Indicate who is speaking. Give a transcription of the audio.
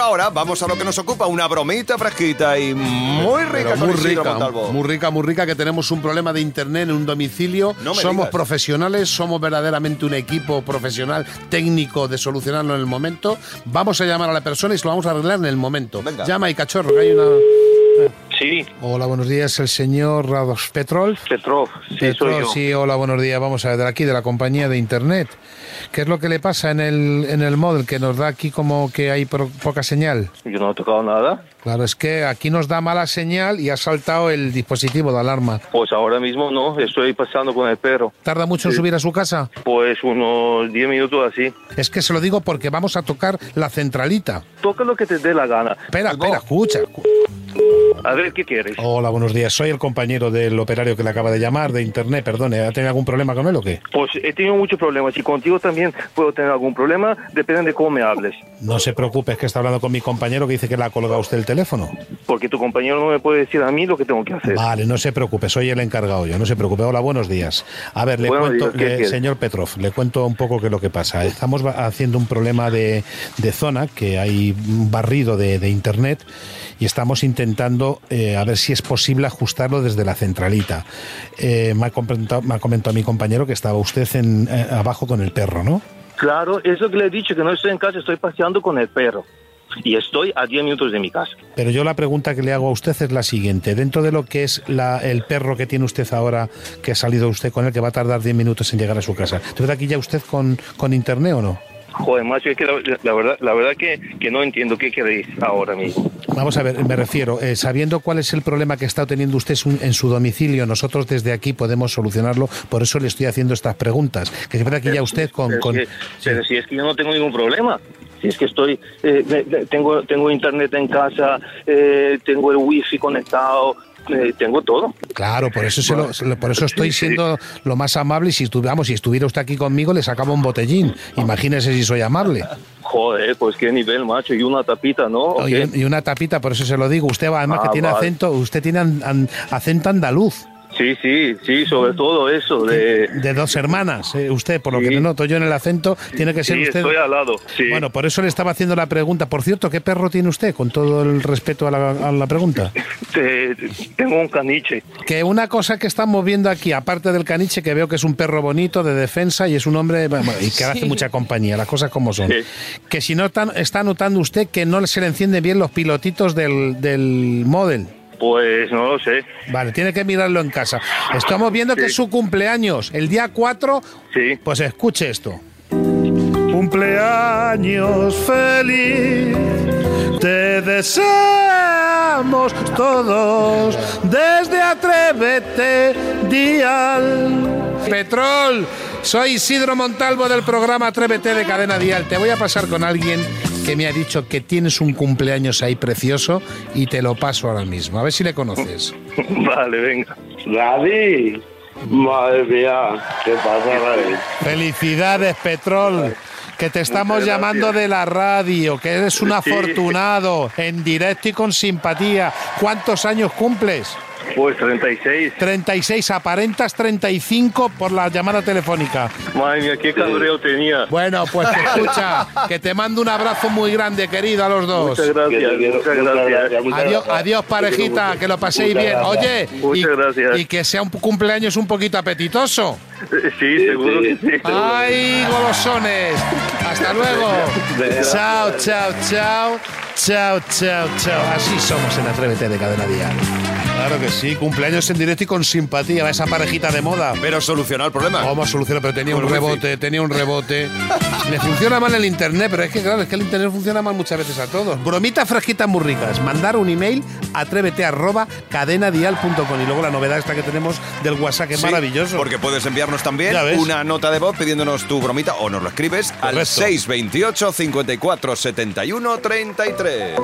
Speaker 1: ahora vamos a lo que nos ocupa, una bromita fresquita y muy rica
Speaker 2: Pero
Speaker 1: con
Speaker 2: muy
Speaker 1: Isidro
Speaker 2: rica,
Speaker 1: Montalvo.
Speaker 2: muy rica, muy rica, que tenemos un problema de internet en un domicilio.
Speaker 1: No me
Speaker 2: somos
Speaker 1: digas.
Speaker 2: profesionales, somos verdaderamente un equipo profesional, técnico de solucionarlo en el momento. Vamos a llamar a la persona y se lo vamos a arreglar en el momento.
Speaker 1: Venga.
Speaker 2: Llama y cachorro, que hay una...
Speaker 3: Sí,
Speaker 2: Hola, buenos días, el señor Rados Petrol.
Speaker 3: Petrov, sí, soy
Speaker 2: Petrol,
Speaker 3: yo.
Speaker 2: sí, hola, buenos días. Vamos a ver, de aquí, de la compañía de Internet. ¿Qué es lo que le pasa en el, en el model que nos da aquí como que hay pro- poca señal?
Speaker 3: Yo no he tocado nada.
Speaker 2: Claro, es que aquí nos da mala señal y ha saltado el dispositivo de alarma.
Speaker 3: Pues ahora mismo no, estoy pasando con el perro.
Speaker 2: ¿Tarda mucho en subir a su casa?
Speaker 3: Pues unos 10 minutos así.
Speaker 2: Es que se lo digo porque vamos a tocar la centralita.
Speaker 3: Toca lo que te dé la gana.
Speaker 2: Espera, espera, escucha. escu-
Speaker 3: A ver qué quieres.
Speaker 2: Hola, buenos días. Soy el compañero del operario que le acaba de llamar, de internet, perdone. ¿Ha tenido algún problema con él o qué?
Speaker 3: Pues he tenido muchos problemas y contigo también puedo tener algún problema, depende de cómo me hables.
Speaker 2: No se preocupe, es que está hablando con mi compañero que dice que le ha colgado usted el teléfono.
Speaker 3: Porque tu compañero no me puede decir a mí lo que tengo que hacer.
Speaker 2: Vale, no se preocupe, soy el encargado yo, no se preocupe. Hola, buenos días. A ver, le
Speaker 3: Buenos
Speaker 2: cuento,
Speaker 3: días, ¿qué
Speaker 2: le-
Speaker 3: quieres?
Speaker 2: señor Petrov, le cuento un poco qué es lo que pasa. Estamos va- haciendo un problema de, de zona, que hay un barrido de, de internet, y estamos intentando eh, a ver si es posible ajustarlo desde la centralita. Eh, me, ha comentado, me ha comentado mi compañero que estaba usted en, eh, abajo con el perro, ¿no?
Speaker 3: Claro, eso que le he dicho, que no estoy en casa, estoy paseando con el perro. Y estoy a 10 minutos de mi casa.
Speaker 2: Pero yo la pregunta que le hago a usted es la siguiente. Dentro de lo que es la- el perro que tiene usted ahora, que ha salido usted con él, que va a tardar 10 minutos en llegar a su casa, ¿entonces aquí ya usted con, con internet o no?
Speaker 3: Joder, macho, es que la, la verdad, la verdad que, que no entiendo qué queréis ahora mismo.
Speaker 2: Vamos a ver, me refiero, eh, sabiendo cuál es el problema que está teniendo usted su- en su domicilio, nosotros desde aquí podemos solucionarlo, por eso le estoy haciendo estas preguntas. Que se verdad que ya usted con...
Speaker 3: Pero,
Speaker 2: con-
Speaker 3: es que-
Speaker 2: sí.
Speaker 3: pero si es que yo no tengo ningún problema. Si es que estoy, eh, me- me- tengo, tengo internet en casa, eh, tengo el wifi conectado, eh, tengo todo.
Speaker 2: Claro, por eso, se lo- se lo- por eso estoy siendo lo más amable y si, estu- vamos, si estuviera usted aquí conmigo le sacaba un botellín. Imagínese si soy amable.
Speaker 3: Joder, pues qué nivel, macho, y una tapita, ¿no? ¿O
Speaker 2: No, Oh, y
Speaker 3: qué?
Speaker 2: un- Y una tapita, por eso se lo digo. Usted va- además
Speaker 3: Ah,
Speaker 2: que tiene
Speaker 3: vale.
Speaker 2: acento, usted tiene an- an- acento andaluz
Speaker 3: Sí, sí, sí, sobre todo eso de...
Speaker 2: de dos hermanas. eh, usted, por lo que
Speaker 3: Sí.
Speaker 2: le noto yo en el acento, tiene que ser
Speaker 3: Sí,
Speaker 2: usted.
Speaker 3: estoy al lado. Sí.
Speaker 2: Bueno, por eso le estaba haciendo la pregunta. Por cierto, ¿qué perro tiene usted? Con todo el respeto a la, a la pregunta.
Speaker 3: Te- tengo un caniche.
Speaker 2: Que una cosa que estamos viendo aquí, aparte del caniche, que veo que es un perro bonito de defensa y es un hombre bueno, y que hace mucha compañía, las cosas como son.
Speaker 3: Sí.
Speaker 2: Que si no está notando usted que no se le encienden bien los pilotitos del, del model.
Speaker 3: Pues no lo sé.
Speaker 2: Vale, tiene que mirarlo en casa. Estamos viendo que es su cumpleaños, el día 4.
Speaker 3: Sí.
Speaker 2: Pues escuche esto. Cumpleaños feliz, te deseamos todos desde Atrévete Dial. Petrol, soy Isidro Montalvo del programa Atrévete de Cadena Dial. Te voy a pasar con alguien que me ha dicho que tienes un cumpleaños ahí precioso y te lo paso ahora mismo. A ver si le conoces.
Speaker 3: Vale, venga.
Speaker 4: David, madre mía, ¿qué pasa, David?
Speaker 2: Felicidades, Petrol. Que te estamos
Speaker 3: gracias.
Speaker 2: llamando de la radio, que eres un
Speaker 3: Sí.
Speaker 2: afortunado, en directo y con simpatía. ¿Cuántos años cumples?
Speaker 3: Pues 36.
Speaker 2: 36, aparentas 35 por la llamada telefónica.
Speaker 3: Madre mía, qué cabreo tenía.
Speaker 2: Bueno, pues escucha, que te mando un abrazo muy grande, querido, a los dos.
Speaker 3: Muchas
Speaker 4: Que
Speaker 3: gracias,
Speaker 4: te quiero-
Speaker 3: muchas gracias.
Speaker 4: muchas
Speaker 2: Adiós,
Speaker 4: gracias.
Speaker 2: adiós
Speaker 4: Te quiero
Speaker 2: parejita,
Speaker 4: mucho.
Speaker 2: que lo paséis
Speaker 4: Muchas
Speaker 2: bien.
Speaker 4: gracias.
Speaker 2: Oye, y,
Speaker 3: Muchas gracias.
Speaker 2: y que sea un cumpleaños un poquito apetitoso.
Speaker 3: Sí, seguro que sí.
Speaker 2: Ah, ¡Ay, golosones! ¡Hasta luego!
Speaker 4: Gracias.
Speaker 2: ¡Chao, chao, chao! ¡Chao, chao, chao! Así somos en Atrévete de Cadena Día. Claro que sí, cumpleaños en directo y con simpatía, esa parejita de moda.
Speaker 1: Pero solucionar el problema.
Speaker 2: ¿Cómo solucionó? Pero tenía
Speaker 1: Con
Speaker 2: un
Speaker 1: wifi.
Speaker 2: rebote, tenía un rebote. Le funciona mal el internet, pero es que claro, es que el internet funciona mal muchas veces a todos. Bromitas fresquitas muy ricas. Mandar un email atrévete arroba cadenadial.com. Y luego la novedad esta que tenemos del WhatsApp, que es
Speaker 1: Sí,
Speaker 2: maravilloso.
Speaker 1: Porque puedes enviarnos también
Speaker 2: Ya ves.
Speaker 1: una nota de voz pidiéndonos tu bromita o nos lo escribes al
Speaker 2: Correcto.
Speaker 1: 628 54 71 33.